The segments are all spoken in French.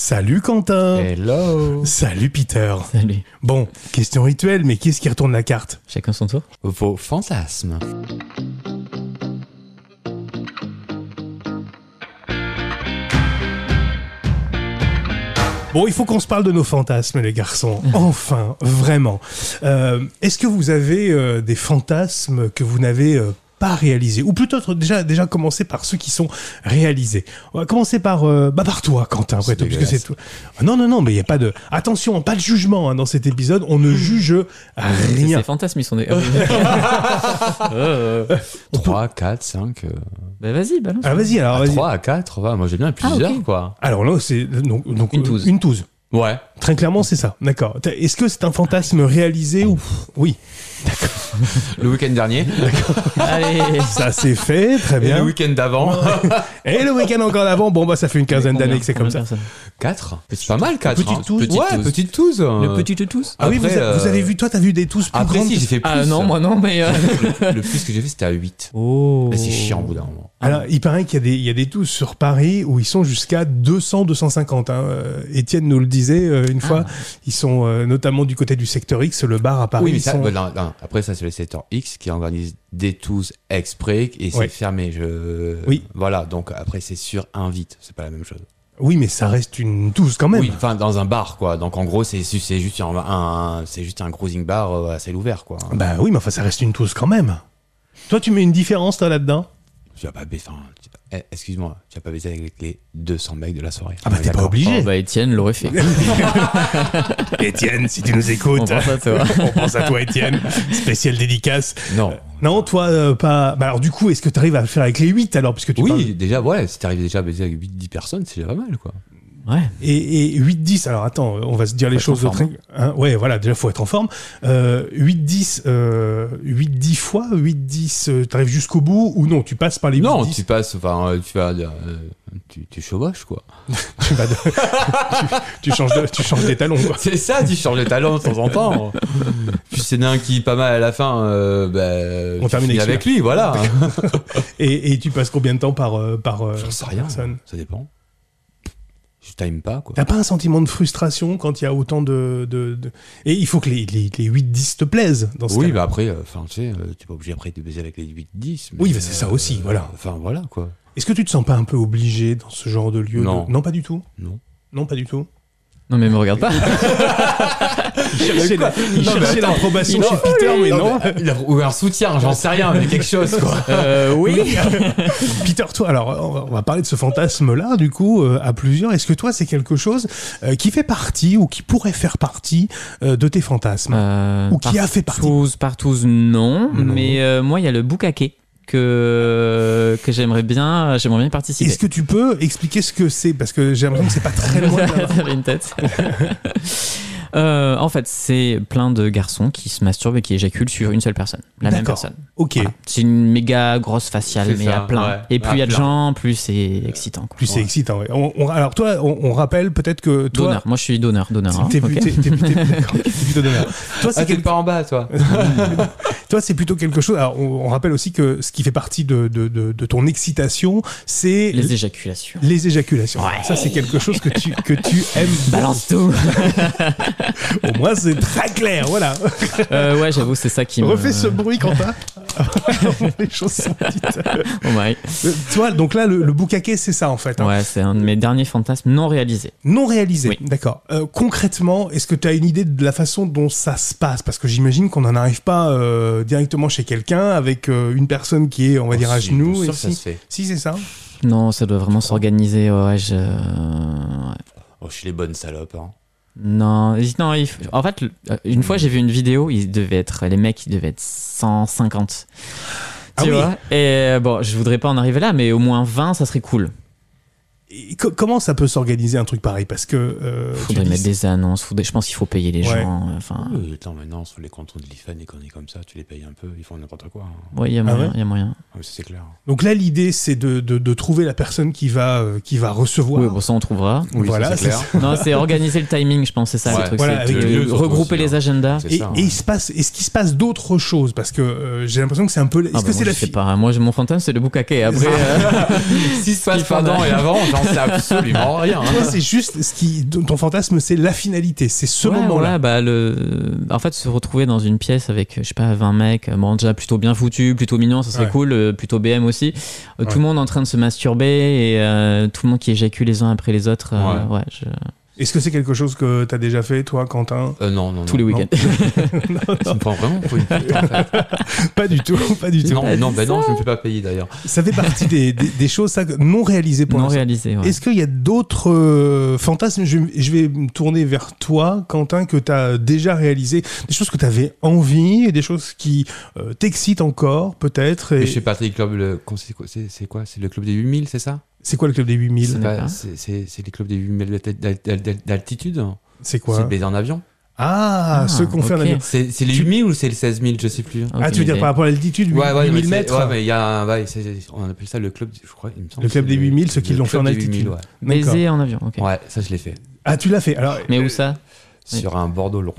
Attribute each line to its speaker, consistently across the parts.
Speaker 1: Salut Quentin
Speaker 2: Hello
Speaker 3: Eh.
Speaker 1: Salut Peter
Speaker 3: Salut.
Speaker 1: Bon, question rituelle, mais qui est-ce qui retourne la carte
Speaker 3: Chacun son tour.
Speaker 2: Vos fantasmes.
Speaker 1: Bon, il faut qu'on se parle de nos fantasmes, les garçons. Enfin, vraiment. Euh, est-ce que vous avez euh, des fantasmes que vous n'avez euh, pas réalisés Ou plutôt, déjà, déjà commencer par ceux qui sont réalisés. On va commencer par, euh, bah, par toi, Quentin, après
Speaker 2: C'est
Speaker 1: tout, puisque
Speaker 2: dégueulasse.
Speaker 1: c'est toi. Ah, Non, non, non, mais il n'y a pas de... Attention, pas de jugement hein, dans cet épisode. On ne juge
Speaker 3: Hmm. C'est
Speaker 1: rien.
Speaker 3: Ces fantasmes, ils sont des. Ah oui. Euh, euh.
Speaker 2: 3, 4, 5.
Speaker 3: Bah vas-y, balance.
Speaker 1: Ah, vas-y, alors, vas-y.
Speaker 2: 3 euh, à 4, ouais, moi j'ai
Speaker 3: Ah,
Speaker 2: bien plusieurs quoi.
Speaker 1: Alors là, c'est... Donc, donc, euh,
Speaker 3: Une touze.
Speaker 1: Une touze.
Speaker 2: Ouais.
Speaker 1: Très clairement, c'est ça. D'accord. T'as- Est-ce que c'est un fantasme réalisé ou oui
Speaker 2: Le week-end dernier,
Speaker 3: Allez.
Speaker 1: Ça s'est fait, très
Speaker 2: et le
Speaker 1: bien.
Speaker 2: week-end d'avant.
Speaker 1: Et le week-end encore d'avant. Bon bah ça fait une quinzaine
Speaker 3: Combien-
Speaker 1: d'années que c'est comme
Speaker 3: combien
Speaker 1: ça.
Speaker 3: de personnes
Speaker 2: 4 C'est pas mal 4.
Speaker 3: Petite touze.
Speaker 2: Ouais,
Speaker 3: Petite touze.
Speaker 2: petite touze.
Speaker 3: Le petit toutous
Speaker 1: Ah oui, vous,
Speaker 2: Après,
Speaker 1: a- vous
Speaker 2: euh,
Speaker 1: avez vu, toi, t'as vu des tous plus
Speaker 2: Après
Speaker 1: grandes.
Speaker 2: si, j'ai fait plus.
Speaker 3: Ah non, moi non, mais. euh,
Speaker 2: Le plus que j'ai fait c'était à 8.
Speaker 3: Oh.
Speaker 2: Mais c'est chiant au bout d'un moment.
Speaker 1: Alors, il paraît qu'il y a des, il y a des tous sur Paris où ils sont jusqu'à 200, 250. Hein. Euh, Étienne nous le disait euh,
Speaker 2: Ah.
Speaker 1: une fois. Ils sont euh, notamment du côté du secteur X, le bar à Paris.
Speaker 2: oui, mais
Speaker 1: ils
Speaker 2: ça,
Speaker 1: sont-
Speaker 2: bah, non, non. après ça c'est le secteur X qui organise des touses exprès et c'est
Speaker 1: Ouais.
Speaker 2: fermé. Je...
Speaker 1: Oui.
Speaker 2: Voilà, donc après c'est sur invite, c'est pas la même chose.
Speaker 1: Oui, mais ça reste une tous quand même.
Speaker 2: Oui, enfin dans un bar quoi. Donc en gros c'est c'est juste un, un- c'est juste un cruising bar euh, à ciel ouvert quoi.
Speaker 1: Bah oui, mais enfin ça reste une tous quand même. Toi, tu mets une différence toi là-dedans.
Speaker 2: Tu vas pas baiser. enfin, tu- eh, excuse-moi, tu vas pas baiser avec les 200 mecs de la soirée.
Speaker 1: Ah bah
Speaker 2: On est
Speaker 1: t'es pas
Speaker 2: d'accord.
Speaker 1: obligé.
Speaker 3: Oh, bah Étienne l'aurait fait.
Speaker 1: Étienne, si tu nous écoutes,
Speaker 3: On pense à toi.
Speaker 1: on pense à toi, Étienne. Spéciale dédicace.
Speaker 2: Oh, Non.
Speaker 1: Non, toi, euh, pas. Bah alors, du coup, est-ce que tu arrives à le faire avec les 8 alors puisque tu
Speaker 2: oui,
Speaker 1: parles-
Speaker 2: déjà ouais, si t'arrives déjà à baiser avec 8 10 personnes, c'est déjà pas mal quoi.
Speaker 3: Ouais.
Speaker 1: Et, 8-10, alors attends, on va se dire les
Speaker 2: être
Speaker 1: choses
Speaker 2: en
Speaker 1: autrement.
Speaker 2: forme.
Speaker 1: Hein, ouais, voilà, déjà, faut être en forme. Euh, 8-10, euh, 8-10 fois, 8-10, euh, t'arrives jusqu'au bout ou non, tu passes par les 8-10.
Speaker 2: non, tu passes enfin euh, tu vas euh, tu, tu chevauches quoi.
Speaker 1: tu, vas de- tu- tu changes de- tu changes des talons, quoi.
Speaker 2: C'est ça, tu changes de talent de temps en temps. Puis c'est un qui est pas mal à la fin, euh, bah,
Speaker 1: On
Speaker 2: tu
Speaker 1: termine
Speaker 2: finis
Speaker 1: avec
Speaker 2: avec lui, voilà.
Speaker 1: Et, et tu passes combien de temps par, euh, par euh,
Speaker 2: J'en sais
Speaker 1: par
Speaker 2: rien.
Speaker 1: personne
Speaker 2: Ça dépend. Je time pas quoi.
Speaker 1: T'as pas un sentiment de frustration quand il y a autant de, de, de- Et il faut que les, les, les 8-10 te plaisent dans ce
Speaker 2: Oui,
Speaker 1: cas-là.
Speaker 2: mais après, euh, enfin, tu sais, euh, t'es pas obligé après de baiser avec les 8-10.
Speaker 1: Oui, bah, c'est ça aussi, voilà.
Speaker 2: euh, Enfin, voilà, quoi.
Speaker 1: Est-ce que tu te sens pas un peu obligé dans ce genre de lieu de-
Speaker 2: Non.
Speaker 1: pas du tout.
Speaker 2: Non.
Speaker 1: Non, pas du tout.
Speaker 3: Non, mais me regarde pas.
Speaker 1: Il cherchait la- il
Speaker 2: Non, mais
Speaker 1: cherchait
Speaker 2: attends.
Speaker 1: l'approbation
Speaker 2: Il-
Speaker 1: chez Peter, mais non.
Speaker 2: mais, euh, il a- ou un soutien, j'en sais rien, mais quelque chose, quoi.
Speaker 3: Euh, oui.
Speaker 1: Peter, toi, alors, on va- on va parler de ce fantasme-là, du coup, euh, à plusieurs. Est-ce que toi, c'est quelque chose euh, qui fait partie ou qui pourrait faire partie euh, de tes fantasmes
Speaker 3: Euh,
Speaker 1: Ou qui a fait partie
Speaker 3: Partouze, partouze,
Speaker 1: Non.
Speaker 3: non. Mais euh, moi, il y a le boucaquet que, que j'aimerais bien, j'aimerais bien participer.
Speaker 1: Est-ce que tu peux expliquer ce que c'est Parce que j'ai l'impression que c'est pas très loin de la-
Speaker 3: T'avais une tête. Euh, en fait, c'est plein de garçons qui se masturbent et qui éjaculent sur une seule personne, la même
Speaker 1: D'accord.
Speaker 3: personne.
Speaker 1: Ok.
Speaker 3: Voilà. C'est une méga grosse faciale,
Speaker 2: C'est
Speaker 3: mais
Speaker 2: ça,
Speaker 3: à plein.
Speaker 2: ouais.
Speaker 3: Et plus il y a de
Speaker 2: À plein.
Speaker 3: gens, plus c'est excitant. quoi.
Speaker 1: Plus c'est
Speaker 2: Ouais.
Speaker 1: excitant. ouais. On- on- alors toi, on, on rappelle peut-être que toi,
Speaker 3: Donneur. Moi, je suis donneur. Donneur. hein.
Speaker 1: t'es
Speaker 3: Ok.
Speaker 1: t'es- t'es- t'es- d'accord, t'es plutôt donneur. Toi, c'est
Speaker 2: Ah, t'es
Speaker 1: quel-
Speaker 2: pas en bas, toi.
Speaker 1: toi, c'est plutôt quelque chose. Alors, on, on rappelle aussi que ce qui fait partie de, de- de- de ton excitation, c'est
Speaker 3: Les éjaculations.
Speaker 1: les éjaculations.
Speaker 3: Ouais. Bah
Speaker 1: Ça, c'est quelque chose que tu, que tu aimes.
Speaker 3: Balance tout.
Speaker 1: Au moins, c'est très clair. Voilà.
Speaker 3: Euh, ouais, j'avoue, c'est ça qui me.
Speaker 1: Refais ce bruit, Quentin. les choses sont dites.
Speaker 3: Oh my.
Speaker 1: Euh, Toi, donc là, le, le boucaquet, c'est ça, en fait. hein.
Speaker 3: Ouais, c'est un de mes derniers fantasmes non réalisés.
Speaker 1: Non réalisé.
Speaker 3: Oui.
Speaker 1: D'accord. Euh, concrètement, est-ce que tu as une idée de la façon dont ça se passe Parce que j'imagine qu'on n'en arrive pas euh, directement chez quelqu'un avec euh, une personne qui est, on va
Speaker 3: Oh,
Speaker 1: dire, à
Speaker 2: Si,
Speaker 1: genoux.
Speaker 2: bien sûr
Speaker 1: et
Speaker 2: que ça
Speaker 1: si-
Speaker 2: se fait.
Speaker 1: si, c'est ça.
Speaker 3: Non, ça doit vraiment s'organiser. Ouais, je. ouais.
Speaker 2: Oh, je suis les bonnes salopes, hein.
Speaker 3: Non, il- non il- en fait, le- euh, une fois j'ai vu une vidéo, ils devaient être, les mecs, ils devaient être 150.
Speaker 1: Ah
Speaker 3: Tu
Speaker 1: oui.
Speaker 3: vois Et euh, bon, je voudrais pas en arriver là, mais au moins 20, ça serait cool.
Speaker 1: Et co- comment ça peut s'organiser un truc pareil Parce que euh, tu
Speaker 3: Faudrait
Speaker 1: dis-
Speaker 3: mettre des annonces, faudrait- je pense qu'il faut payer les
Speaker 1: Ouais.
Speaker 3: gens. euh, Enfin,
Speaker 2: Euh, Attends, maintenant, sur les comptes de l'IFAN et qu'on est comme ça, tu les payes un peu, ils font n'importe quoi. hein.
Speaker 3: ouais, il y a
Speaker 1: Ah
Speaker 3: moyen.
Speaker 1: ouais
Speaker 3: il y a moyen.
Speaker 2: Ah, mais ça, c'est clair.
Speaker 1: donc là, l'idée, c'est de, de- de trouver la personne qui va euh, qui va recevoir.
Speaker 3: Oui, bon, ça on trouvera.
Speaker 2: Oui,
Speaker 1: Voilà,
Speaker 2: ça,
Speaker 1: c'est
Speaker 2: c'est clair.
Speaker 3: non, c'est organiser le timing, je pense, c'est ça
Speaker 2: Ouais.
Speaker 3: le truc.
Speaker 1: Voilà,
Speaker 3: c'est
Speaker 1: avec
Speaker 3: de
Speaker 2: les lieux, surtout
Speaker 3: regrouper
Speaker 2: aussi,
Speaker 3: les
Speaker 2: hein.
Speaker 3: agendas.
Speaker 2: C'est
Speaker 1: Et,
Speaker 2: ça,
Speaker 1: et
Speaker 2: hein.
Speaker 1: il se passe, est-ce qu'il se passe d'autres choses Parce que euh, j'ai l'impression que c'est un peu. Est-ce
Speaker 3: Ah
Speaker 1: que
Speaker 3: bah, moi,
Speaker 1: c'est la
Speaker 3: je sais
Speaker 1: fi-
Speaker 3: pas. Moi, je- mon fantôme, c'est le boucaquet. Après, euh,
Speaker 2: Si se passe
Speaker 3: Ils font
Speaker 2: pendant
Speaker 3: un-
Speaker 2: et avant, j'en j'en sais absolument rien. hein.
Speaker 1: Toi, c'est juste ce qui. Ton fantasme, c'est la finalité. C'est ce
Speaker 3: Ouais,
Speaker 1: moment-là.
Speaker 3: ouais, bah, le... En fait, se retrouver dans une pièce avec, je sais pas, 20 mecs, euh, bon, déjà plutôt bien foutus, plutôt mignons, ça serait
Speaker 1: Ouais.
Speaker 3: cool, euh, plutôt BM aussi. Euh,
Speaker 1: Ouais.
Speaker 3: Tout le monde en train de se masturber et euh, tout le monde qui éjacule les uns après les autres. euh, ouais, je-
Speaker 1: Est-ce que c'est quelque chose que t'as déjà fait, toi, Quentin
Speaker 2: Euh, non, non, non.
Speaker 3: tous les
Speaker 1: non.
Speaker 3: week-ends.
Speaker 2: Tu me prends vraiment pour une pute, en fait.
Speaker 1: Pas du tout, pas du tout.
Speaker 2: Non, non, bah non, je me fais pas payer d'ailleurs.
Speaker 1: Ça fait partie des, des- des choses ça, que- non réalisées pour
Speaker 3: non
Speaker 1: l'instant.
Speaker 3: réalisé. ouais.
Speaker 1: Est-ce qu'il y a d'autres euh, fantasmes je, vais- je vais me tourner vers toi, Quentin, que tu as déjà réalisé, des choses que tu avais envie, et des choses qui euh, t'excitent encore, peut-être.
Speaker 2: Mais
Speaker 1: et-
Speaker 2: chez Patrick Club, le... comment c'est quoi C'est c'est quoi C'est le club des 8000, c'est ça
Speaker 1: C'est quoi le club des
Speaker 2: C'est
Speaker 1: 8000
Speaker 3: n'est
Speaker 2: pas-
Speaker 3: pas.
Speaker 2: C'est c'est- c'est les clubs des 8000 d'al- d'al- d'al- d'altitude
Speaker 1: C'est
Speaker 2: C'est
Speaker 1: quoi
Speaker 2: le baiser en avion
Speaker 1: Ah,
Speaker 3: Ah,
Speaker 1: ceux qu'on fait en
Speaker 3: ok.
Speaker 1: avion.
Speaker 2: C'est c'est les
Speaker 1: Tu-
Speaker 2: 8000 ou c'est les 16000 Je sais plus.
Speaker 1: Ah,
Speaker 3: Aucune
Speaker 1: tu veux dire
Speaker 3: idée.
Speaker 1: par rapport à l'altitude,
Speaker 2: Ouais, ouais,
Speaker 1: 8000
Speaker 2: mais c'est-
Speaker 1: mètres
Speaker 2: ouais, mais il y a un. ouais, c'est- on appelle ça le club, je crois, il me semble.
Speaker 1: Le club
Speaker 2: que
Speaker 1: des
Speaker 2: c'est
Speaker 1: 8000, ceux qui
Speaker 2: le
Speaker 1: l'ont fait
Speaker 2: club
Speaker 1: en
Speaker 2: des
Speaker 1: altitude.
Speaker 2: 8000, ouais.
Speaker 1: D'accord.
Speaker 3: Baiser en avion, ok.
Speaker 2: Ouais, ça je l'ai fait.
Speaker 1: Ah, tu l'as fait. Alors,
Speaker 3: Mais où ça
Speaker 2: Sur un Bordeaux long.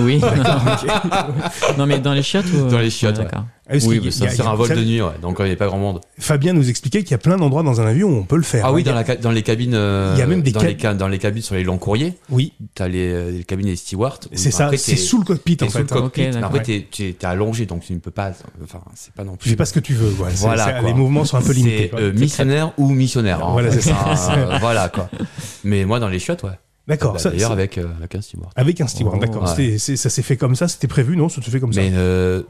Speaker 3: Oui. non, mais dans les chiottes ou... euh,
Speaker 2: Dans les chiottes, ouais.
Speaker 3: d'accord.
Speaker 1: est-ce
Speaker 2: Oui,
Speaker 1: qu'il y a-
Speaker 2: mais
Speaker 1: il y
Speaker 2: ça,
Speaker 1: a-
Speaker 2: c'est un vol
Speaker 1: ça-
Speaker 2: de nuit, ouais, donc euh, il n'y a pas grand monde.
Speaker 1: Fabien nous expliquait qu'il y a plein d'endroits dans un avion où on peut le faire.
Speaker 2: Ah oui,
Speaker 1: Il y a-
Speaker 2: dans, la, ca- dans les cabines. euh,
Speaker 1: Il y a même des
Speaker 2: dans,
Speaker 1: ca-
Speaker 2: les, ca- dans les cabines sur les longs courriers,
Speaker 1: Oui,
Speaker 2: t'as les, euh, les cabines des stewards. où
Speaker 1: c'est ça.
Speaker 2: après,
Speaker 1: C'est
Speaker 2: t'es-
Speaker 1: sous le cockpit,
Speaker 2: t'es
Speaker 1: en
Speaker 2: sous le
Speaker 1: fait. hein.
Speaker 2: cockpit,
Speaker 3: Ok,
Speaker 2: mais
Speaker 3: d'accord.
Speaker 2: après t'es t'es- t'es allongé, donc tu ne peux pas. Enfin, c'est pas non
Speaker 1: Tu
Speaker 2: plus.
Speaker 1: fais pas ce que tu veux. ouais. C'est-
Speaker 2: Voilà,
Speaker 1: c'est-
Speaker 2: quoi.
Speaker 1: Les mouvements sont un peu limités.
Speaker 2: C'est
Speaker 1: quoi.
Speaker 2: euh, missionnaire ou missionnaire. hein,
Speaker 1: Voilà,
Speaker 2: en fait,
Speaker 1: c'est ça.
Speaker 2: hein, euh, voilà, quoi. Mais moi, dans les chiottes, ouais.
Speaker 1: D'accord.
Speaker 2: Bah,
Speaker 1: ça-
Speaker 2: D'ailleurs,
Speaker 1: ça-
Speaker 2: avec, euh, avec un steward.
Speaker 1: Avec un steward,
Speaker 3: Oh,
Speaker 1: d'accord.
Speaker 2: ouais.
Speaker 1: C'était- c'est- ça s'est fait comme ça, c'était prévu, non Ça s'est fait comme
Speaker 2: Mais
Speaker 1: ça.
Speaker 2: euh,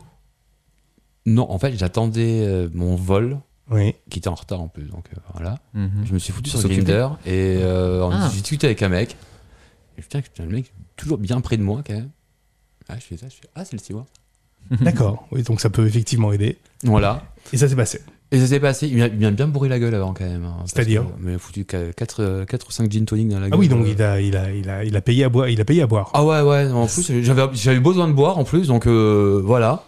Speaker 2: non, en fait, j'attendais euh, mon vol
Speaker 1: Oui.
Speaker 2: qui était en retard en plus. Donc euh, voilà.
Speaker 3: Mhm.
Speaker 2: Je me suis foutu
Speaker 3: Pour
Speaker 2: sur
Speaker 3: s'occuper.
Speaker 2: Tinder et euh, on-
Speaker 3: Ah.
Speaker 2: j'ai discuté avec un mec. Et putain, putain, le mec est toujours bien près de moi quand même. Ah, je fais ça, je fais ah, c'est le steward.
Speaker 1: D'accord. Oui, donc ça peut effectivement aider.
Speaker 2: Voilà.
Speaker 1: Et ça s'est passé.
Speaker 2: Et ça s'est passé. Il m'a il m'a bien bourré la gueule avant quand même. hein, parce
Speaker 1: C'est-à-dire
Speaker 2: que Il m'a foutu 4, ou 5 gin tonic dans la gueule.
Speaker 1: Ah oui, donc il a, il a, il a, il a payé à boire. Il a payé à boire.
Speaker 2: Ah ouais, ouais, en plus, j'avais j'avais besoin de boire en plus, donc euh, voilà.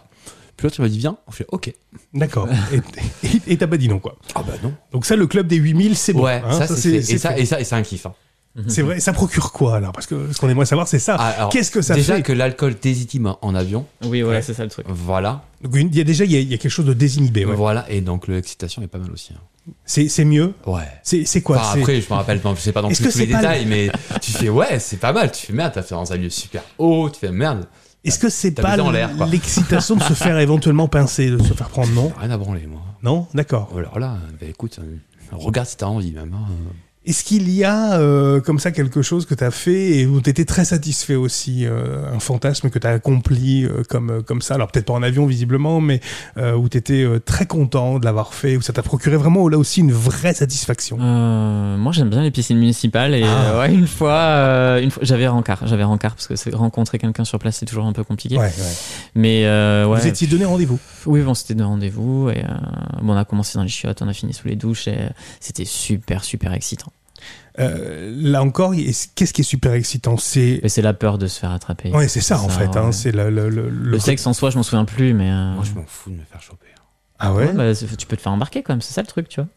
Speaker 2: Puis l'autre, il m'a dit, viens, on fait ok.
Speaker 1: D'accord. Et- et- Et t'as pas dit non, quoi.
Speaker 2: Ah bah non.
Speaker 1: Donc ça, le club des 8000, c'est bon.
Speaker 2: ouais,
Speaker 1: hein,
Speaker 2: ça, c'est fait. et, ça,
Speaker 1: fait.
Speaker 2: et ça, et c'est un kiff. hein.
Speaker 1: C'est vrai. Ça procure quoi, alors Parce que ce qu'on aimerait savoir, c'est ça.
Speaker 2: Ah, alors,
Speaker 1: Qu'est-ce que ça
Speaker 2: déjà
Speaker 1: fait
Speaker 2: que l'alcool désinhibe en avion,
Speaker 3: Oui, voilà,
Speaker 1: Ouais.
Speaker 3: c'est ça le truc.
Speaker 2: voilà.
Speaker 1: Donc, une- il y a déjà il y a, il y a quelque chose de désinhibé. ouais.
Speaker 2: Voilà, et donc l'excitation est pas mal aussi. hein.
Speaker 1: C'est c'est mieux.
Speaker 2: Ouais.
Speaker 1: C'est c'est quoi
Speaker 2: Enfin,
Speaker 1: c'est-
Speaker 2: Ah, après, je me rappelle, je sais pas non
Speaker 1: Est-ce
Speaker 2: plus
Speaker 1: que
Speaker 2: tous les
Speaker 1: c'est pas
Speaker 2: détails, mais tu fais ouais, c'est pas mal. Tu fais merde, t'as fait dans un lieu super haut, tu fais merde,
Speaker 1: Est-ce que c'est
Speaker 2: t'as
Speaker 1: pas
Speaker 2: les dents en l'air, quoi.
Speaker 1: l'excitation de se faire éventuellement pincer, de se faire prendre Non,
Speaker 2: rien à branler, moi.
Speaker 1: non, d'accord.
Speaker 2: Oh, Alors là, bah écoute, euh, regarde si t'as envie même. hein.
Speaker 1: Est-ce qu'il y a euh, comme ça quelque chose que t'as fait et où t'étais très satisfait aussi, euh, un fantasme que t'as accompli euh, comme euh, comme ça Alors peut-être pas en avion visiblement, mais euh, où t'étais euh, très content de l'avoir fait, où ça t'a procuré vraiment là aussi une vraie satisfaction.
Speaker 3: Euh, moi j'aime bien les piscines municipales et
Speaker 1: Ah.
Speaker 3: euh, ouais, une fois, euh, une fois j'avais rencard, j'avais rencard parce que c'est- rencontrer quelqu'un sur place c'est toujours un peu compliqué.
Speaker 1: Ouais, ouais.
Speaker 3: Mais euh, ouais,
Speaker 1: Vous étiez donné rendez-vous.
Speaker 3: oui bon c'était de rendez-vous et euh, bon, on a commencé dans les chiottes, on a fini sous les douches et euh, c'était super super excitant.
Speaker 1: Euh, là encore, il- est- qu'est-ce qui est super excitant C'est
Speaker 3: Mais c'est la peur de se faire attraper.
Speaker 1: ouais, c'est ça en fait. hein,
Speaker 3: ouais.
Speaker 1: C'est le, le, le,
Speaker 3: Le sexe en soi je m'en souviens plus mais euh,
Speaker 2: Moi, je m'en fous de me faire choper. hein.
Speaker 1: Ah
Speaker 3: ouais,
Speaker 1: ouais.
Speaker 3: bah, c'est- tu peux te faire embarquer quand même c'est ça le truc tu vois.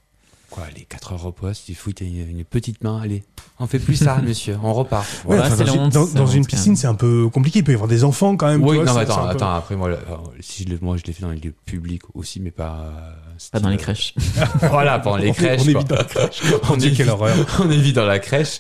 Speaker 2: Quoi, les 4 heures au poste, tu fous t'as une, une petite main, allez, on fait plus ça, monsieur, on repart.
Speaker 1: Ouais,
Speaker 3: Voilà,
Speaker 1: enfin,
Speaker 3: c'est
Speaker 1: dans,
Speaker 3: la
Speaker 1: une-
Speaker 3: honte,
Speaker 1: dans-
Speaker 3: c'est
Speaker 1: dans
Speaker 3: la
Speaker 1: une
Speaker 3: honte, quand
Speaker 1: piscine,
Speaker 3: même.
Speaker 1: c'est un peu compliqué. Il peut y avoir des enfants quand même. tu
Speaker 2: Oui,
Speaker 1: vois,
Speaker 2: non, mais
Speaker 1: c'est-
Speaker 2: attends,
Speaker 1: c'est un peu-
Speaker 2: attends, après, moi, alors, si je, l'ai- moi, je l'ai fait dans les lieux publics aussi, mais pas. euh,
Speaker 3: Pas dans les
Speaker 2: style- euh,
Speaker 3: crèches.
Speaker 2: Voilà, pas dans les
Speaker 1: On-
Speaker 2: crèches.
Speaker 1: On
Speaker 2: quoi.
Speaker 1: évite dans la crèche. On dit
Speaker 2: évite-
Speaker 1: quelle horreur.
Speaker 2: on évite dans la crèche.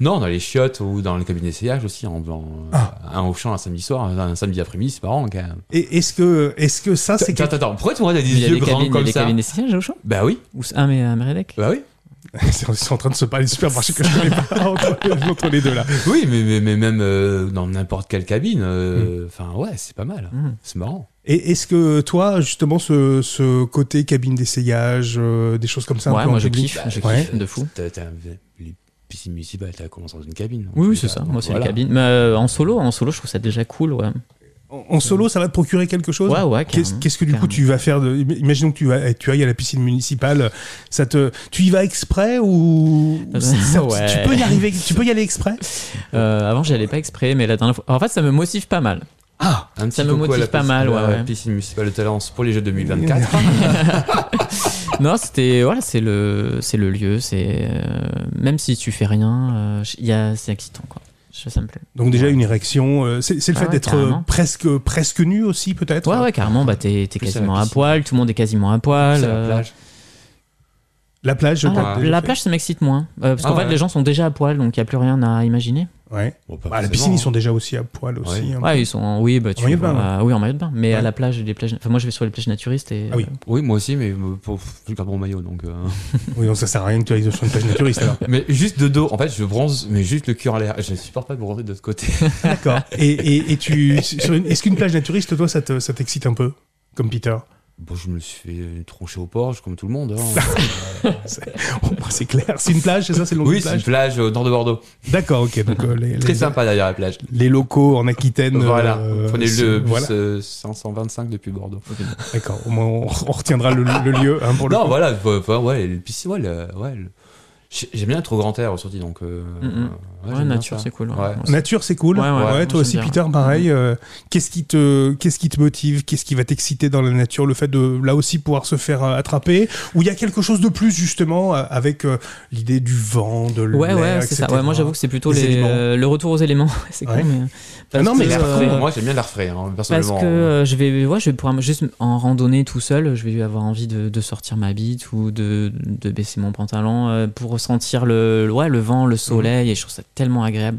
Speaker 2: Non, dans les chiottes ou dans les cabines d'essayage aussi. En, en-
Speaker 1: Ah.
Speaker 2: Un au champ un samedi soir, un, un samedi après-midi, c'est marrant quand même.
Speaker 1: Et est-ce que, est-ce que ça, c'est
Speaker 2: Attends,
Speaker 1: quelque...
Speaker 2: attends, attends, pourquoi tu vois, t'as des
Speaker 3: Ah, Il y a
Speaker 2: yeux
Speaker 3: des
Speaker 2: grands
Speaker 3: cabines, il y a
Speaker 2: comme
Speaker 3: des
Speaker 2: ça
Speaker 3: cabines d'essayage au champ
Speaker 2: Bah oui,
Speaker 3: Ou c'est- Ah mais à Meredec
Speaker 2: bah oui.
Speaker 1: Ils sont en train de se parler du supermarché que je connais pas entre, entre les deux là.
Speaker 2: Oui, mais, mais, mais même euh, dans n'importe quelle cabine, euh, enfin ouais, c'est pas mal.
Speaker 3: Mm.
Speaker 2: C'est marrant.
Speaker 1: Et est-ce que toi, justement, ce, ce côté cabine d'essayage, euh, des choses comme ça, un
Speaker 3: Ouais
Speaker 1: peu en
Speaker 3: moi je
Speaker 1: public-
Speaker 3: kiffe, je
Speaker 1: Ouais.
Speaker 3: kiffe de fou.
Speaker 2: T'as- t'as- les piscines municipales, t'as commencé dans une cabine.
Speaker 3: Oui, oui, c'est ça. Moi, c'est
Speaker 2: Voilà.
Speaker 3: les cabines. Mais euh, en solo, en solo, je trouve ça déjà cool, ouais.
Speaker 1: En, en solo, ça va te procurer quelque chose
Speaker 3: Ouais, ouais,
Speaker 1: Qu'est-ce
Speaker 3: carrément,
Speaker 1: qu'est-ce que du coup
Speaker 3: carrément.
Speaker 1: tu vas faire de... Imaginons que tu vas, eh, tu ailles à la piscine municipale. Ça te, tu y vas exprès ou ça-
Speaker 3: Euh, Ouais.
Speaker 1: tu peux y arriver Tu peux y aller exprès
Speaker 3: Euh, avant, j'y allais pas exprès, mais la dernière fois. En fait, ça me motive pas mal.
Speaker 2: Ah, un
Speaker 3: Ça
Speaker 2: petit
Speaker 3: me
Speaker 2: coucou à
Speaker 3: motive
Speaker 2: la
Speaker 3: pas
Speaker 2: piscine-
Speaker 3: mal, ouais,
Speaker 2: la
Speaker 3: ouais.
Speaker 2: piscine municipale de Talence pour les Jeux 2024.
Speaker 3: Non, c'était. Voilà, c'est le, c'est le lieu. C'est euh, Même si tu fais rien, euh, j- il y a- c'est excitant, quoi. Je- Ça me plaît.
Speaker 1: Donc déjà une érection, euh, c'est c'est le
Speaker 3: Ah
Speaker 1: fait
Speaker 3: ouais,
Speaker 1: d'être
Speaker 3: carrément.
Speaker 1: euh, presque presque nu aussi peut-être.
Speaker 3: Ouais, ouais, carrément, bah, t'es t'es
Speaker 2: Plus à la
Speaker 3: quasiment à
Speaker 2: piscine.
Speaker 3: poil, tout le monde est quasiment à poil.
Speaker 2: C'est la
Speaker 3: euh,
Speaker 2: plage.
Speaker 1: La plage, je
Speaker 3: Ah,
Speaker 1: crois.
Speaker 3: la, la plage, ça m'excite moins. Euh, parce
Speaker 2: Ah
Speaker 3: qu'en fait,
Speaker 2: ouais.
Speaker 3: les gens sont déjà à poil, donc il n'y a plus rien à imaginer.
Speaker 1: Ouais.
Speaker 2: Bon, pas
Speaker 1: Bah, à la
Speaker 2: forcément,
Speaker 1: piscine,
Speaker 2: hein.
Speaker 1: ils sont déjà aussi à poil aussi. hein.
Speaker 3: Ouais, ils sont. Oui, bah, tu
Speaker 1: En maillot de
Speaker 3: vois,
Speaker 1: bain,
Speaker 3: euh, oui, en maillot de bain. Mais
Speaker 1: Ouais.
Speaker 3: à la plage, les plages. Enfin, moi, je vais sur les plages naturistes et.
Speaker 1: Ah oui.
Speaker 3: euh,
Speaker 2: Oui, moi aussi, mais euh, pour- je garde mon maillot donc. euh.
Speaker 1: Oui, donc ça sert à rien que tu ailles sur une plage naturiste alors.
Speaker 2: Mais juste de dos, en fait, je bronze, mais juste le cul en l'air. Je ne supporte pas de bronzer de ce côté.
Speaker 1: D'accord. Et, et, et tu, sur une- est-ce qu'une plage naturiste, toi, ça, te- ça t'excite un peu Comme Peter
Speaker 2: Bon, je me suis fait troncher au porche comme tout le monde. hein.
Speaker 1: Au moins, C'est clair. C'est une plage, c'est ça C'est le nom
Speaker 2: oui,
Speaker 1: d'une
Speaker 2: c'est une
Speaker 1: plage
Speaker 2: plage au nord de Bordeaux.
Speaker 1: D'accord, ok. Donc, euh, les,
Speaker 2: Très
Speaker 1: les-
Speaker 2: sympa d'ailleurs la plage.
Speaker 1: les locaux en Aquitaine.
Speaker 2: voilà.
Speaker 1: euh,
Speaker 2: Prenez
Speaker 1: c'est-
Speaker 2: le bus
Speaker 1: Voilà.
Speaker 2: euh, 525 depuis Bordeaux.
Speaker 1: D'accord. Au moins, on, on retiendra le, le lieu hein, pour le
Speaker 2: non,
Speaker 1: coup.
Speaker 2: voilà. bah, bah, ouais, les piscines, ouais, le- ouais, le- j'ai- J'aime bien le trop grand air au sorti, donc. euh,
Speaker 3: Mhm.
Speaker 2: ouais,
Speaker 3: Ouais,
Speaker 2: j'aime bien
Speaker 3: nature,
Speaker 2: ça.
Speaker 3: c'est cool. ouais.
Speaker 2: Ouais.
Speaker 3: Ouais.
Speaker 1: Nature, c'est cool.
Speaker 3: Ouais, ouais, moi,
Speaker 1: toi aussi,
Speaker 3: j'aime bien. Mm-hmm.
Speaker 1: Peter, pareil. euh, qu'est-ce qui te, qu'est-ce qui te motive Qu'est-ce qui va t'exciter dans la nature Le fait de là aussi pouvoir se faire euh, attraper Ou il y a quelque chose de plus justement euh, avec euh, l'idée du vent, de l'air,
Speaker 3: Ouais, ouais, c'est ça.
Speaker 1: etc.
Speaker 3: Ouais, moi, j'avoue que c'est plutôt
Speaker 1: Les
Speaker 3: les-
Speaker 1: éléments.
Speaker 3: euh, le retour aux éléments. c'est con,
Speaker 1: Ouais.
Speaker 3: mais. euh, parce
Speaker 1: non, mais
Speaker 3: que,
Speaker 1: l'air
Speaker 3: euh,
Speaker 1: frais,
Speaker 2: Moi, j'aime bien l'air frais, hein,
Speaker 3: Parce
Speaker 2: personnellement.
Speaker 3: que euh, je vais, ouais, je vais pouvoir me- juste en randonnée tout seul, je vais avoir envie de, de sortir ma bite ou de, de baisser mon pantalon euh, pour ressentir le, le- ouais, le vent, le soleil, et je trouve ça tellement agréable.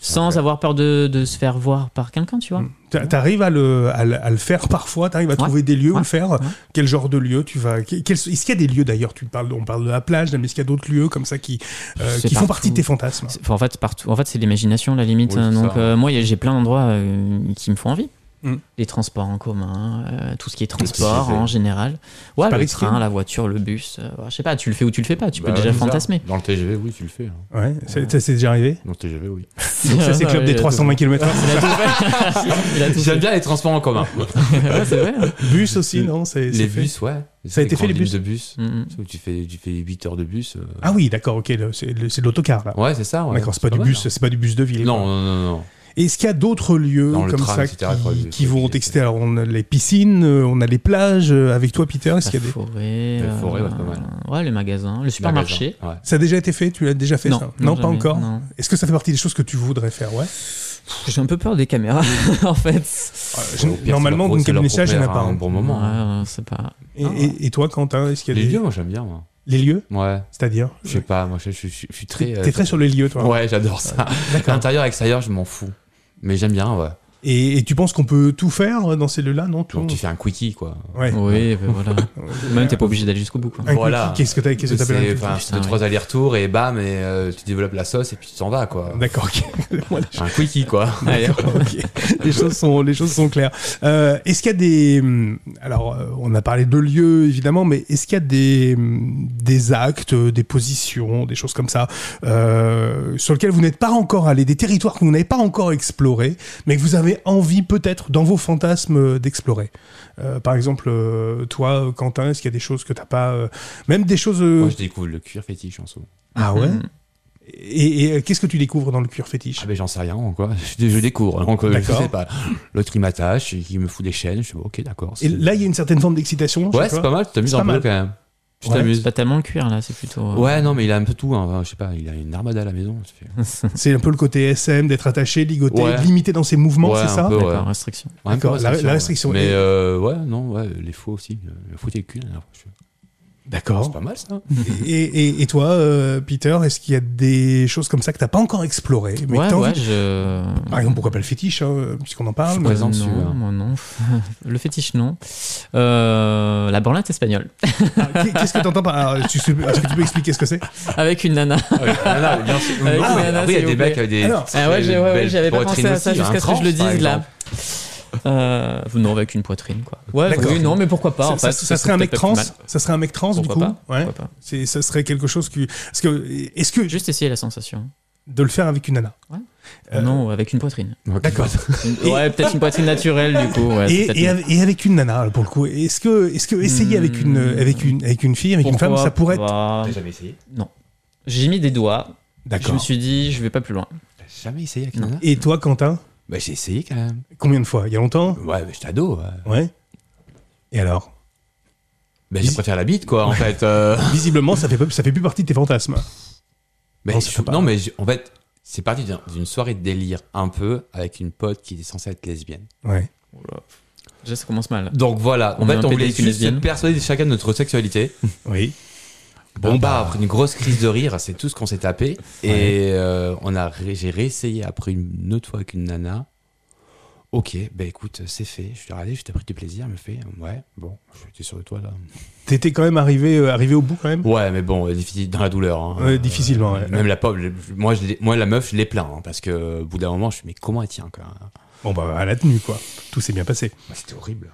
Speaker 3: Sans
Speaker 2: Ouais.
Speaker 3: avoir peur de, de se faire voir par quelqu'un, tu vois.
Speaker 1: Mm. T'a- T'arrives à le, à, le, à le faire parfois, t'arrives à
Speaker 3: Ouais.
Speaker 1: trouver des lieux où
Speaker 3: Ouais.
Speaker 1: le faire.
Speaker 3: Ouais.
Speaker 1: Quel genre de lieu tu vas que- quels- Est-ce qu'il y a des lieux d'ailleurs Tu parles, on parle de la plage, mais est-ce qu'il y a d'autres lieux comme ça qui, euh,
Speaker 3: C'est
Speaker 1: qui font
Speaker 3: partout.
Speaker 1: partie de tes fantasmes
Speaker 3: C'est- enfin, en fait, partout. En fait, c'est l'imagination, la limite.
Speaker 2: Oui, c'est
Speaker 3: donc,
Speaker 2: ça.
Speaker 3: euh, moi, y a- j'ai plein d'endroits euh, qui me font envie.
Speaker 1: Mm.
Speaker 3: Les transports en commun, euh, tout ce qui est
Speaker 2: que
Speaker 3: transport
Speaker 2: c'est-
Speaker 3: en général. Ouais,
Speaker 1: pas
Speaker 3: le
Speaker 1: risqué.
Speaker 3: train, la voiture, le bus. euh, ouais, je sais pas, tu le fais ou tu le fais pas. Tu
Speaker 2: Bah,
Speaker 3: peux déjà
Speaker 2: c'est ça.
Speaker 3: fantasmer.
Speaker 2: Dans le TGV, oui, tu le fais. hein.
Speaker 1: Ouais, c'est ça, c'est déjà arrivé.
Speaker 2: Dans le TGV, oui.
Speaker 1: Donc ça, c'est club
Speaker 3: Ouais, il a
Speaker 1: des
Speaker 3: tout
Speaker 1: 320
Speaker 3: fait.
Speaker 1: km.
Speaker 3: Il a tout fait. Il a tout
Speaker 2: J'aime
Speaker 3: fait.
Speaker 2: bien les transports en commun.
Speaker 3: Ouais, c'est vrai.
Speaker 1: Bus aussi, non c'est-
Speaker 2: les
Speaker 1: c'est fait.
Speaker 2: bus, ouais.
Speaker 1: Ça a été fait, les
Speaker 2: grandes
Speaker 1: bus
Speaker 2: lignes de bus.
Speaker 3: Mm, mm.
Speaker 2: C'est où Tu fais, tu fais 8 heures de bus. euh.
Speaker 1: Ah oui, d'accord, ok, le- c'est le- c'est de l'autocar là.
Speaker 2: Ouais, c'est ça. ouais.
Speaker 1: Ah. D'accord, c'est pas du
Speaker 2: mal,
Speaker 1: bus, c'est pas du bus de ville.
Speaker 2: hein. Non, non, non, non.
Speaker 1: Et Est-ce qu'il y a d'autres lieux
Speaker 2: Dans le
Speaker 1: comme
Speaker 2: tram,
Speaker 1: ça
Speaker 2: etc., quoi,
Speaker 1: qui,
Speaker 2: les-
Speaker 1: qui
Speaker 2: les-
Speaker 1: vont
Speaker 2: les-
Speaker 1: t'exciter Alors on a les piscines, euh, on a les plages. euh, Avec toi, Peter, est-ce
Speaker 3: La
Speaker 1: qu'il y a des
Speaker 3: forêt.
Speaker 2: La
Speaker 3: euh,
Speaker 2: forêt, ouais, c'est pas mal.
Speaker 3: ouais, les magasins, le supermarché.
Speaker 2: Magasin, ouais.
Speaker 1: ça a déjà été fait Tu l'as déjà fait ça pas
Speaker 3: jamais,
Speaker 1: encore.
Speaker 3: non.
Speaker 1: Est-ce que ça fait partie des choses que tu voudrais faire Ouais.
Speaker 3: J'ai un peu peur des caméras, en fait.
Speaker 1: Euh,
Speaker 2: Au
Speaker 1: je-
Speaker 2: pire,
Speaker 1: Normalement,
Speaker 2: c'est
Speaker 1: dans
Speaker 2: leur-
Speaker 1: le cabinet de
Speaker 2: c'est leur
Speaker 1: stage, il n'y en a
Speaker 2: propre
Speaker 1: pas.
Speaker 2: air,
Speaker 1: hein.
Speaker 2: un bon moment. hein.
Speaker 3: Ouais, ouais, c'est pas.
Speaker 1: Et,
Speaker 2: Ah.
Speaker 1: et- et toi, Quentin, est-ce qu'il y a
Speaker 2: Les
Speaker 1: des
Speaker 2: lieux, moi, j'aime bien. Moi.
Speaker 1: les lieux
Speaker 2: Ouais.
Speaker 1: C'est-à-dire
Speaker 2: Je sais pas, moi, je, je- je- je suis très.
Speaker 1: T'es
Speaker 2: euh,
Speaker 1: t'es très sur les lieux, toi.
Speaker 2: Ouais, j'adore ça.
Speaker 1: D'accord.
Speaker 2: L'intérieur, extérieur, je m'en fous. Mais j'aime bien, ouais.
Speaker 1: Et, et tu penses qu'on peut tout faire euh, dans ces lieux-là, non Tout.
Speaker 2: Donc, tu fais un quickie, quoi.
Speaker 1: Ouais.
Speaker 3: Oui, ben voilà. Même t'es pas obligé d'aller jusqu'au bout. Quoi.
Speaker 1: Un
Speaker 2: Voilà.
Speaker 1: cookie, Qu'est-ce que t'as- qu'est-ce que t'appelles un
Speaker 2: C'est
Speaker 1: cookie
Speaker 2: enfin,
Speaker 3: Putain,
Speaker 2: deux,
Speaker 3: ouais.
Speaker 2: trois allers-retours et bam, et euh, tu développes la sauce et puis tu t'en vas, quoi.
Speaker 1: D'accord. ok. Moi,
Speaker 2: Un quickie, quoi.
Speaker 1: Euh. Ok. les choses sont les choses sont claires. Euh, est-ce qu'il y a des hum, alors euh, on a parlé de lieux évidemment, mais est-ce qu'il y a des hum, des actes, euh, des positions, des choses comme ça euh, sur lesquels vous n'êtes pas encore allé, des territoires que vous n'avez pas encore explorés, mais que vous avez envie peut-être dans vos fantasmes euh, d'explorer. Euh, par exemple, euh, toi euh, Quentin, est-ce qu'il y a des choses que t'as pas, euh, même des choses euh,
Speaker 2: Moi, je découvre le cuir fétiche en soi.
Speaker 1: ah ouais.
Speaker 3: Mm.
Speaker 1: Et, et, euh, qu'est-ce que tu découvres dans le cuir fétiche
Speaker 2: Ah, mais j'en sais rien, quoi. Je, je découvre. Donc, euh, je
Speaker 1: D'accord.
Speaker 2: sais pas. L'autre, il m'attache, il me fout des chaînes. Je suis ok, d'accord.
Speaker 1: Et
Speaker 2: c'est-
Speaker 1: là, il y a une certaine forme d'excitation. chez
Speaker 2: Ouais, c'est
Speaker 1: toi
Speaker 2: pas mal, tu t'amuses
Speaker 1: C'est
Speaker 2: un
Speaker 1: pas
Speaker 2: peu
Speaker 1: mal.
Speaker 2: quand même. Tu
Speaker 1: Ouais.
Speaker 3: C'est
Speaker 2: t'amuses.
Speaker 3: pas tellement le cuir là, c'est plutôt. euh,
Speaker 2: Ouais, non, mais il a un peu tout. hein. Je sais pas, il a une armada à la maison. ça fait-
Speaker 1: C'est un peu le côté SM, d'être attaché, ligoté,
Speaker 2: Ouais.
Speaker 1: limité dans ses mouvements,
Speaker 2: Ouais,
Speaker 1: c'est
Speaker 2: un
Speaker 1: ça
Speaker 2: peu, ouais.
Speaker 3: D'accord, restriction.
Speaker 2: Ouais, un peu
Speaker 1: D'accord, la- la restriction.
Speaker 2: ouais. Mais
Speaker 1: Et-
Speaker 2: euh, ouais, non, ouais, les faux aussi. euh, Le faux et le cul. la dernière fois, je-
Speaker 1: Ah
Speaker 2: C'est
Speaker 1: D'accord.
Speaker 2: pas mal ça.
Speaker 1: Et, et, et toi, euh, Peter, est-ce qu'il y a des choses comme ça que t'as pas encore explorées mais Ah, que
Speaker 3: ouais,
Speaker 1: t'as
Speaker 3: ouais,
Speaker 1: envie-
Speaker 3: je.
Speaker 1: Par exemple, pourquoi pas le fétiche, hein, puisqu'on en parle
Speaker 2: Je
Speaker 1: mais-
Speaker 2: présente. présent, celui-là.
Speaker 3: non, moi, non. le fétiche, non. Euh, la branlette espagnole.
Speaker 1: Ah, qu'est- Qu'est-ce que t'entends par ah, tu sais- Est-ce que tu peux expliquer ce que c'est
Speaker 3: Avec une nana.
Speaker 2: Ah, non, mais bien sûr.
Speaker 3: Avec
Speaker 2: Non,
Speaker 3: une
Speaker 2: mais
Speaker 3: nana,
Speaker 2: après, il y
Speaker 3: s'il
Speaker 2: a des
Speaker 3: vous plaît.
Speaker 2: mecs avec des.
Speaker 1: Alors,
Speaker 3: Ah ouais,
Speaker 2: des
Speaker 3: j'ai- ouais, ouais,
Speaker 2: belles
Speaker 3: j'avais pas
Speaker 2: poitrines
Speaker 3: pensé à
Speaker 2: aussi,
Speaker 3: ça jusqu'à
Speaker 2: un
Speaker 3: ce que je le
Speaker 2: trans, par
Speaker 3: dise, là.
Speaker 2: exemple.
Speaker 3: Euh, non, avec une poitrine, quoi. Ouais,
Speaker 1: D'accord.
Speaker 3: oui, non, mais pourquoi pas en
Speaker 1: ça,
Speaker 3: fait,
Speaker 1: ça
Speaker 3: ce
Speaker 1: serait un mec
Speaker 3: peut-être pas
Speaker 1: trans
Speaker 3: plus
Speaker 1: Ça serait un mec trans,
Speaker 3: mal.
Speaker 1: du
Speaker 3: Pourquoi
Speaker 1: coup
Speaker 3: pas,
Speaker 1: ouais.
Speaker 3: Pourquoi pas.
Speaker 1: C'est- Ça serait quelque chose qui... Est-ce que, est que
Speaker 3: Juste essayer la sensation.
Speaker 1: de le faire avec une nana
Speaker 3: Ouais.
Speaker 1: Euh,
Speaker 3: Non, avec une poitrine.
Speaker 1: D'accord.
Speaker 3: Une-
Speaker 1: Et-
Speaker 3: Ouais, peut-être une poitrine naturelle, du coup. Ouais, c'est peut-être
Speaker 1: Et, et
Speaker 3: mieux.
Speaker 1: avec- et avec une nana, alors, pour le coup, est-ce que, est-ce que essayer
Speaker 3: Hmm.
Speaker 1: avec une avec une avec une fille, avec une femme,
Speaker 3: Pourquoi
Speaker 1: ça pourrait être
Speaker 3: pas.
Speaker 2: T'as jamais essayé
Speaker 3: J'ai mis des doigts. Je
Speaker 1: D'accord.
Speaker 3: me suis dit, je vais pas plus loin.
Speaker 2: T'as jamais essayé avec
Speaker 3: Non.
Speaker 2: Nana
Speaker 1: Et toi, Quentin,
Speaker 2: Bah, j'ai essayé quand même.
Speaker 1: combien de fois Il y a longtemps
Speaker 2: Ouais, mais j'étais ado. ouais.
Speaker 1: Ouais. Et alors
Speaker 2: Bah, je
Speaker 1: Ils-
Speaker 2: préfère la bite, quoi, en fait. euh.
Speaker 1: Visiblement, ça fait pas- ça fait plus partie de tes fantasmes.
Speaker 2: Mais
Speaker 1: Non,
Speaker 2: je-
Speaker 1: ça fait pas.
Speaker 2: non, mais je- en fait, c'est parti d'un- d'une soirée de délire un peu avec une pote qui était censée être lesbienne.
Speaker 1: Ouais.
Speaker 3: Déjà, ça commence mal.
Speaker 2: Donc voilà, en
Speaker 3: On est
Speaker 2: fait,
Speaker 3: un
Speaker 2: on
Speaker 3: PD
Speaker 2: voulait
Speaker 3: avec une
Speaker 2: juste
Speaker 3: lesbienne.
Speaker 2: être persuadés de chacun de notre sexualité.
Speaker 1: Oui.
Speaker 2: Bon bah après une grosse crise de rire, c'est tout ce qu'on s'est tapé. Et euh, on a, ré- j'ai réessayé après une autre fois avec une nana. Ok, bah écoute, c'est fait. Je suis allé, je t'ai pris du plaisir. Elle me fait, ouais, bon, j'étais sur le toit là.
Speaker 1: T'étais quand même arrivé, euh, arrivé au bout quand même
Speaker 2: Ouais, mais bon, euh, difficile dans la douleur. hein.
Speaker 1: Ouais, difficilement, ouais.
Speaker 2: Même la pauvre, je- moi, je l'ai- moi la meuf, je l'ai plaint hein, parce que euh, au bout d'un moment, je me suis dit, mais comment elle tient quoi
Speaker 1: Bon bah à la tenue quoi. Tout s'est bien passé.
Speaker 2: Bah, C'était horrible.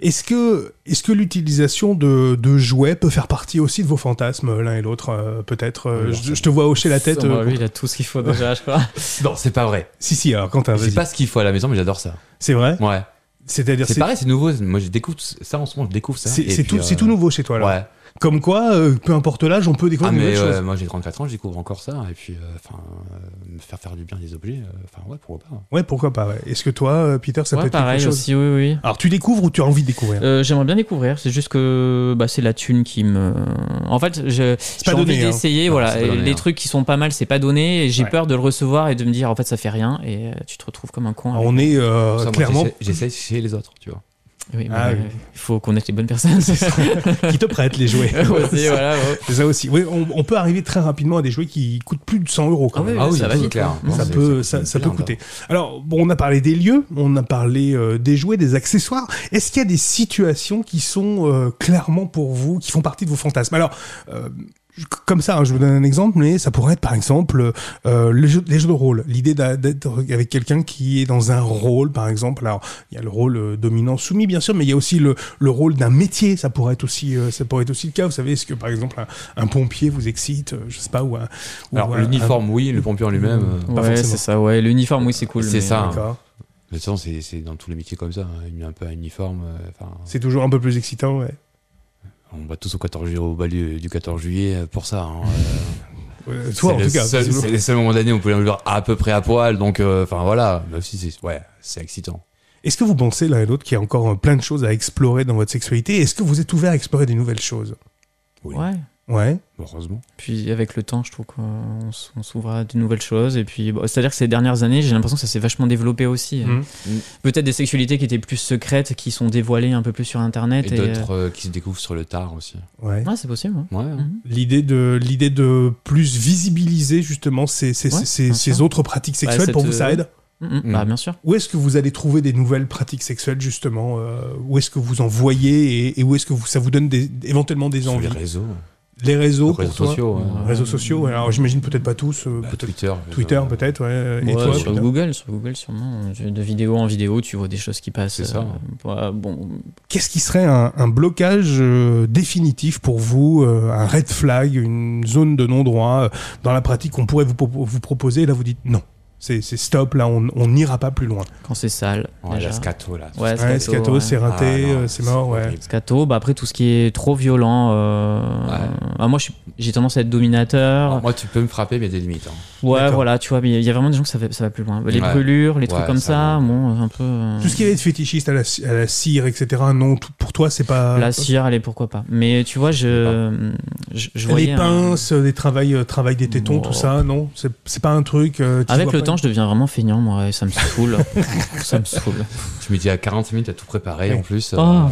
Speaker 1: Est-ce que, est-ce que l'utilisation de, de jouets peut faire partie aussi de vos fantasmes l'un et l'autre euh, peut-être euh,
Speaker 2: Oui,
Speaker 1: je, je te vois hocher la tête.
Speaker 3: Ça, moi,
Speaker 1: euh,
Speaker 3: lui, Ah bah il a tout ce qu'il faut déjà, je crois.
Speaker 2: Non, c'est pas vrai.
Speaker 1: Si si alors Quentin
Speaker 2: C'est
Speaker 1: Ah, vas-y.
Speaker 2: pas ce qu'il faut à la maison, mais j'adore ça.
Speaker 1: C'est vrai.
Speaker 2: Ouais.
Speaker 1: C'est-à-dire
Speaker 2: C'est
Speaker 1: c'est
Speaker 2: pareil, c'est nouveau. Moi, je découvre ça en ce moment. Je découvre ça.
Speaker 1: c'est
Speaker 2: Et
Speaker 1: c'est
Speaker 2: puis,
Speaker 1: tout,
Speaker 2: euh,
Speaker 1: c'est tout nouveau chez toi là.
Speaker 2: Ouais.
Speaker 1: Comme quoi, euh, peu importe l'âge, on peut
Speaker 2: Ah
Speaker 1: découvrir de
Speaker 2: mais
Speaker 1: nouvelles
Speaker 2: ouais,
Speaker 1: choses.
Speaker 2: moi j'ai 34 ans, je découvre encore ça et puis euh, enfin euh, me faire faire du bien des objets, euh, enfin ouais pourquoi pas.
Speaker 1: Ouais, pourquoi pas. ouais. Est-ce que toi, euh, Peter, ça
Speaker 3: Ouais,
Speaker 1: peut être quelque
Speaker 3: pareil
Speaker 1: chose
Speaker 3: aussi, oui, oui.
Speaker 1: Alors tu découvres ou tu as envie de découvrir
Speaker 3: Euh, J'aimerais bien découvrir, c'est juste que bah, c'est la thune qui me. En fait, je- j'ai
Speaker 1: pas
Speaker 3: envie
Speaker 1: donné, hein.
Speaker 3: d'essayer,
Speaker 2: Non,
Speaker 3: voilà.
Speaker 2: c'est pas
Speaker 3: Et
Speaker 2: donné,
Speaker 3: les
Speaker 2: hein.
Speaker 3: trucs qui sont pas mal, c'est pas donné, et j'ai
Speaker 1: Ouais.
Speaker 3: peur de le recevoir et de me dire en fait ça fait rien, et euh, tu te retrouves comme un con.
Speaker 1: Alors, On est euh,
Speaker 2: Ça, moi,
Speaker 1: clairement
Speaker 2: j'essaie- J'essaie chez les autres, tu vois.
Speaker 3: Oui, mais,
Speaker 1: Ah,
Speaker 3: euh,
Speaker 1: oui.
Speaker 3: il faut connaître les bonnes personnes.
Speaker 1: qui te prête les jouets.
Speaker 3: Aussi, voilà, ouais.
Speaker 1: C'est ça aussi. Oui, on, on peut arriver très rapidement à des jouets qui coûtent plus de 100 euros quand
Speaker 3: Ah
Speaker 1: même.
Speaker 3: oui, Ah oui, ça va
Speaker 2: c'est
Speaker 3: vite,
Speaker 2: clair.
Speaker 3: hein.
Speaker 2: Non,
Speaker 1: ça
Speaker 2: c'est-
Speaker 1: peut,
Speaker 2: c'est- hein.
Speaker 1: ça,
Speaker 2: c'est
Speaker 1: ça peut
Speaker 2: blinde.
Speaker 1: coûter. Alors, bon, on a parlé des lieux, on a parlé euh, des jouets, des accessoires. Est-ce qu'il y a des situations qui sont euh, clairement pour vous, qui font partie de vos fantasmes Alors, euh, je- comme ça, hein, je vous donne un exemple, mais ça pourrait être par exemple euh, les, jeux, les jeux de rôle. L'idée d'a- d'être avec quelqu'un qui est dans un rôle, par exemple. Alors, il y a le rôle euh, dominant soumis, bien sûr, mais il y a aussi le, le rôle d'un métier. Ça pourrait être aussi, euh, ça pourrait être aussi le cas. Vous savez, est-ce que par exemple un, un pompier vous excite euh, Je sais pas, ou un. ou
Speaker 2: Alors
Speaker 1: un-
Speaker 2: l'uniforme oui, le pompier en lui-même. euh,
Speaker 1: Pas
Speaker 3: Ouais,
Speaker 1: forcément.
Speaker 3: c'est ça, ouais. L'uniforme, oui, c'est cool.
Speaker 2: C'est
Speaker 3: mais-
Speaker 1: un-
Speaker 2: ça.
Speaker 1: D'accord.
Speaker 2: De toute façon c'est c'est dans tous les métiers comme ça, hein, il y a un peu un uniforme. euh, Enfin,
Speaker 1: C'est toujours un peu plus excitant, ouais.
Speaker 2: on va tous au 14 juillet au bal du, du 14 juillet euh, pour ça. hein, euh,
Speaker 1: Euh, toi, en
Speaker 2: c'est
Speaker 1: tout
Speaker 2: le
Speaker 1: cas.
Speaker 2: seul-
Speaker 1: visiblement.
Speaker 2: c'est les seuls moments d'année où on peut le voir à peu près à poil, donc euh, enfin voilà. Même si c'est ouais, c'est excitant.
Speaker 1: Est-ce que vous pensez l'un et l'autre qu'il y a encore euh, plein de choses à explorer dans votre sexualité Est-ce que vous êtes ouvert à explorer des nouvelles choses
Speaker 2: Oui.
Speaker 3: euh, Ouais.
Speaker 1: Ouais.
Speaker 2: Heureusement.
Speaker 3: Puis avec le temps, je trouve qu'on s- on s'ouvre à de nouvelles choses. Et puis, bon, c'est-à-dire que ces dernières années, j'ai l'impression que ça s'est vachement développé aussi. hein.
Speaker 1: Mhm.
Speaker 3: Peut-être des sexualités qui étaient plus secrètes, qui sont dévoilées un peu plus sur Internet.
Speaker 2: Et,
Speaker 3: Et,
Speaker 2: d'autres euh, qui se découvrent sur le tard aussi.
Speaker 1: Ouais.
Speaker 3: euh, Ouais, c'est possible. ouais.
Speaker 2: Ouais. hein.
Speaker 3: Mhm.
Speaker 1: L'idée de l'idée de plus visibiliser justement ces, ces,
Speaker 3: Ouais,
Speaker 1: ces-
Speaker 3: bien
Speaker 1: ces
Speaker 3: sûr.
Speaker 1: autres pratiques sexuelles
Speaker 3: cette,
Speaker 1: pour vous ça
Speaker 3: euh,
Speaker 1: aide.
Speaker 3: Mhm.
Speaker 2: Mhm.
Speaker 3: Bah, bien sûr.
Speaker 1: Où est-ce que vous allez trouver des nouvelles pratiques sexuelles justement euh, Où est-ce que vous en voyez et, et où est-ce que vous, ça vous donne des, éventuellement des
Speaker 2: Sur
Speaker 1: envies
Speaker 2: les réseaux.
Speaker 1: Les réseaux,
Speaker 2: Les
Speaker 1: pour
Speaker 2: réseaux
Speaker 1: toi
Speaker 2: sociaux. ouais.
Speaker 3: Ouais.
Speaker 1: Réseaux sociaux. ouais. Alors j'imagine peut-être pas tous. euh,
Speaker 2: Bah,
Speaker 1: peut-être
Speaker 2: Twitter.
Speaker 1: Twitter
Speaker 2: euh,
Speaker 1: peut-être. Ouais. Et
Speaker 3: Ouais,
Speaker 1: toi,
Speaker 3: sur
Speaker 1: Peter
Speaker 3: Google, sur Google, sûrement. Euh, De vidéo en vidéo, tu vois des choses qui passent.
Speaker 2: C'est ça.
Speaker 3: euh, ouais, bon,
Speaker 1: Qu'est-ce qui serait un, un blocage euh, définitif pour vous, euh, un red flag, une zone de non-droit euh, dans la pratique qu'on pourrait vous, propo- vous proposer et là vous dites non, c'est c'est stop, là on on n'ira pas plus loin.
Speaker 3: quand c'est sale.
Speaker 2: Ouais,
Speaker 3: déjà.
Speaker 2: la scato là.
Speaker 3: Ouais,
Speaker 1: Ouais,
Speaker 3: scato,
Speaker 1: scato,
Speaker 3: ouais.
Speaker 1: c'est raté,
Speaker 2: Ah, non,
Speaker 1: euh, c'est mort, ouais.
Speaker 2: horrible.
Speaker 3: Scato, bah après tout ce qui est trop violent. euh,
Speaker 2: Ouais. Ah,
Speaker 3: ah, moi, je suis- j'ai tendance à être
Speaker 1: Ah.
Speaker 3: dominateur.
Speaker 2: Alors, moi, tu peux me frapper, mais il y a des limites. hein.
Speaker 3: Ouais,
Speaker 1: D'accord.
Speaker 3: voilà, tu vois, mais il y a vraiment des gens que ça, va- ça va plus loin. Les
Speaker 2: Ouais.
Speaker 3: brûlures, les trucs
Speaker 2: Ouais,
Speaker 3: comme ça,
Speaker 2: ça va.
Speaker 3: bon, un peu. euh,
Speaker 1: Tout ce qui va être fétichiste à la, ci- à la cire, etc. Non, tout- pour toi c'est pas.
Speaker 3: La cire, allez, pourquoi pas. Mais tu vois, je. Je, je voyais.
Speaker 1: les
Speaker 3: un-
Speaker 1: pinces, les travails, euh, travail des tétons,
Speaker 3: Oh.
Speaker 1: tout ça, non, c'est c'est pas un truc. euh, tu
Speaker 3: Avec
Speaker 1: vois
Speaker 3: le
Speaker 1: pas-
Speaker 3: temps, je deviens vraiment feignant, moi, et ça me saoule. ça me saoule.
Speaker 2: Je me dis à 40 minutes, t'as tout préparé
Speaker 1: Oui.
Speaker 2: en plus. euh,
Speaker 3: Oh,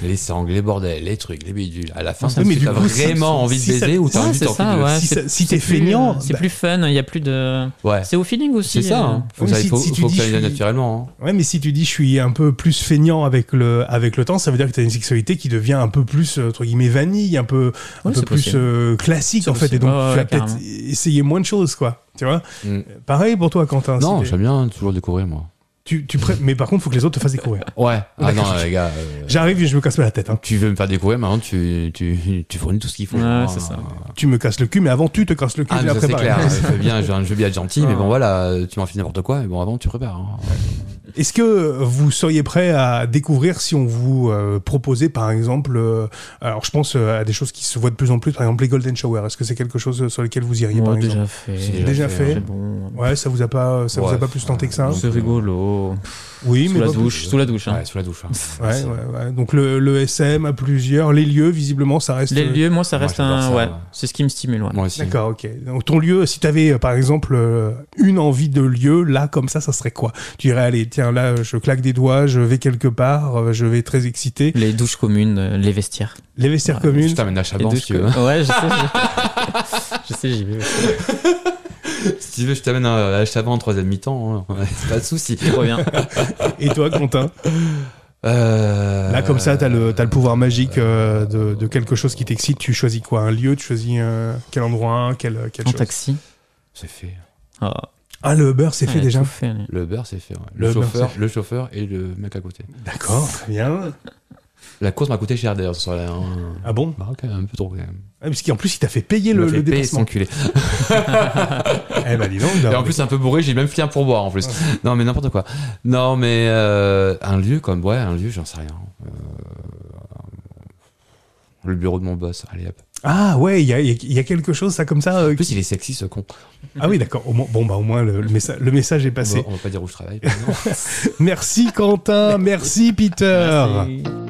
Speaker 2: Les sangs, les bordels, les trucs, les bidules. À la fin,
Speaker 1: Oui,
Speaker 2: ça
Speaker 1: mais
Speaker 2: tu
Speaker 1: du
Speaker 2: as
Speaker 1: coup, ça-
Speaker 2: vraiment envie de
Speaker 1: si ça-
Speaker 2: baiser ou t'as
Speaker 3: Ouais,
Speaker 2: envie
Speaker 3: c'est
Speaker 2: t'as envie
Speaker 3: ça,
Speaker 2: de.
Speaker 3: ouais.
Speaker 1: Si,
Speaker 3: c'est-
Speaker 1: ça- si
Speaker 3: c'est
Speaker 1: t'es
Speaker 3: plus,
Speaker 1: feignant,
Speaker 3: euh, C'est
Speaker 1: bah-
Speaker 3: plus fun, il n'y a plus de.
Speaker 2: Ouais.
Speaker 3: Bah, C'est au feeling aussi.
Speaker 2: C'est ça.
Speaker 3: euh.
Speaker 2: hein. Faut
Speaker 1: Oui,
Speaker 2: que ça-
Speaker 1: si-
Speaker 2: faut-
Speaker 1: si tu
Speaker 2: faut que
Speaker 1: dis,
Speaker 2: ça
Speaker 1: je
Speaker 2: vienne
Speaker 1: suis-
Speaker 2: naturellement. hein.
Speaker 1: Ouais, mais si tu dis je suis un peu plus feignant avec le, avec le temps, ça veut dire que tu as une sexualité qui devient un peu plus, euh, entre guillemets, vanille, un peu, un
Speaker 3: Ouais,
Speaker 1: peu
Speaker 3: c'est
Speaker 1: plus
Speaker 3: possible.
Speaker 1: euh, classique
Speaker 3: C'est
Speaker 1: en fait. Et
Speaker 3: possible.
Speaker 1: donc,
Speaker 3: Ouais, ouais,
Speaker 1: tu vas
Speaker 3: ouais,
Speaker 1: peut-être essayer moins de choses, quoi. Tu vois
Speaker 2: Mm.
Speaker 1: Euh, Pareil pour toi, Quentin.
Speaker 2: Non,
Speaker 1: si t'es-
Speaker 2: j'aime bien toujours découvrir, moi.
Speaker 1: tu, tu pré- Mais par contre, faut que les autres te fassent découvrir.
Speaker 2: Ouais. Ah
Speaker 1: D'accord.
Speaker 2: non, les gars. euh,
Speaker 1: J'arrive et je me casse pas la tête. hein.
Speaker 2: Tu veux me faire découvrir, maintenant, tu, tu, tu fournis tout ce qu'il faut.
Speaker 3: Ouais,
Speaker 2: hein.
Speaker 3: c'est ça.
Speaker 1: Tu me casses le cul, mais avant, tu te casses le cul.
Speaker 2: Ah,
Speaker 1: tu l'as
Speaker 2: mais ça, c'est
Speaker 1: préparé.
Speaker 2: clair. je, veux bien, je veux bien être gentil, mais
Speaker 3: Ah.
Speaker 2: bon, voilà, tu m'en fais n'importe quoi, mais bon, avant, tu prépares. hein.
Speaker 1: Est-ce que vous seriez prêt à découvrir si on vous euh, proposait, par exemple, euh, alors je pense euh, à des choses qui se voient de plus en plus, par exemple les Golden Shower. Est-ce que c'est quelque chose sur lequel vous iriez,
Speaker 3: Bon,
Speaker 1: par exemple
Speaker 3: déjà fait.
Speaker 2: C'est
Speaker 1: Déjà fait.
Speaker 3: C'est bon.
Speaker 1: Ouais, ça vous a pas, ça vous a
Speaker 2: Ouais.
Speaker 1: pas plus tenté que ça. hein
Speaker 2: Non.
Speaker 3: C'est rigolo.
Speaker 1: Oui,
Speaker 3: sous
Speaker 1: mais
Speaker 3: la
Speaker 1: bon,
Speaker 3: douche, sous la douche. hein.
Speaker 2: Ouais, sous la douche. hein.
Speaker 1: Ouais,
Speaker 2: C'est-
Speaker 1: ouais, ouais. Donc le, le SM à plusieurs, les lieux, visiblement, ça reste.
Speaker 3: Les lieux, moi, ça
Speaker 2: Moi,
Speaker 3: reste
Speaker 2: j'adore
Speaker 3: un,
Speaker 2: ça,
Speaker 3: ouais,
Speaker 2: ouais.
Speaker 3: c'est ce qui me stimule. ouais.
Speaker 2: Moi aussi.
Speaker 1: D'accord, ok. Donc ton lieu, si t'avais euh, par exemple euh, une envie de lieu, là comme ça, ça serait quoi Tu dirais, allez, tiens, là, je claque des doigts, je vais quelque part, euh, je vais très excité.
Speaker 3: Les douches communes, euh, les vestiaires.
Speaker 1: Les vestiaires
Speaker 3: Ouais,
Speaker 1: communes.
Speaker 2: Je t'amène à
Speaker 3: les
Speaker 2: Chaban si
Speaker 3: douches
Speaker 2: tu veux.
Speaker 3: communes. Ouais, je sais. Je, je sais, j'y vais. aussi.
Speaker 2: si tu veux, je t'amène à à Chaban en troisième mi-temps. hein. C'est pas de souci.
Speaker 3: Je reviens.
Speaker 1: Et toi, Quentin
Speaker 2: Euh,
Speaker 1: Là, comme ça, t'as le, t'as le pouvoir magique euh, de, de quelque chose qui t'excite. Tu choisis quoi Un lieu Tu choisis euh, quel endroit Quelle, quelle
Speaker 3: En
Speaker 1: chose
Speaker 3: taxi.
Speaker 2: C'est fait.
Speaker 3: Oh,
Speaker 1: Ah, le beurre, c'est fait
Speaker 3: elle a
Speaker 1: déjà.
Speaker 3: tout fait, elle.
Speaker 2: Le beurre, c'est fait. ouais. Le,
Speaker 1: Le beurre,
Speaker 2: chauffeur,
Speaker 1: c'est
Speaker 2: le chauffeur et le mec à côté.
Speaker 1: D'accord, très bien.
Speaker 2: La course m'a coûté cher d'ailleurs ce soir-là. hein.
Speaker 1: Ah bon
Speaker 2: Bah, ok, un peu trop quand même.
Speaker 1: ah, Parce qu'en plus, il t'a fait payer
Speaker 2: Il
Speaker 1: le,
Speaker 2: m'a fait
Speaker 1: le
Speaker 2: payer
Speaker 1: déplacement.
Speaker 2: cet enculé.
Speaker 1: Eh ben, dis donc.
Speaker 2: Et en
Speaker 1: alors,
Speaker 2: plus, un peu bourré, j'ai même filé un pourboire en plus. non, mais n'importe quoi. Non, mais euh, un lieu comme, ouais, un lieu, j'en sais rien. Euh, le bureau de mon boss, allez hop.
Speaker 1: Ah ouais, il y a, il y a- il y a quelque chose, ça comme ça. euh,
Speaker 2: En plus, il est sexy ce con.
Speaker 1: Ah oui, d'accord. Au moins- Bon, bah au moins, le, le messa- le message est
Speaker 2: On va,
Speaker 1: passé.
Speaker 2: on va pas dire où je travaille. mais non.
Speaker 1: Merci Quentin, merci Peter.
Speaker 3: Merci.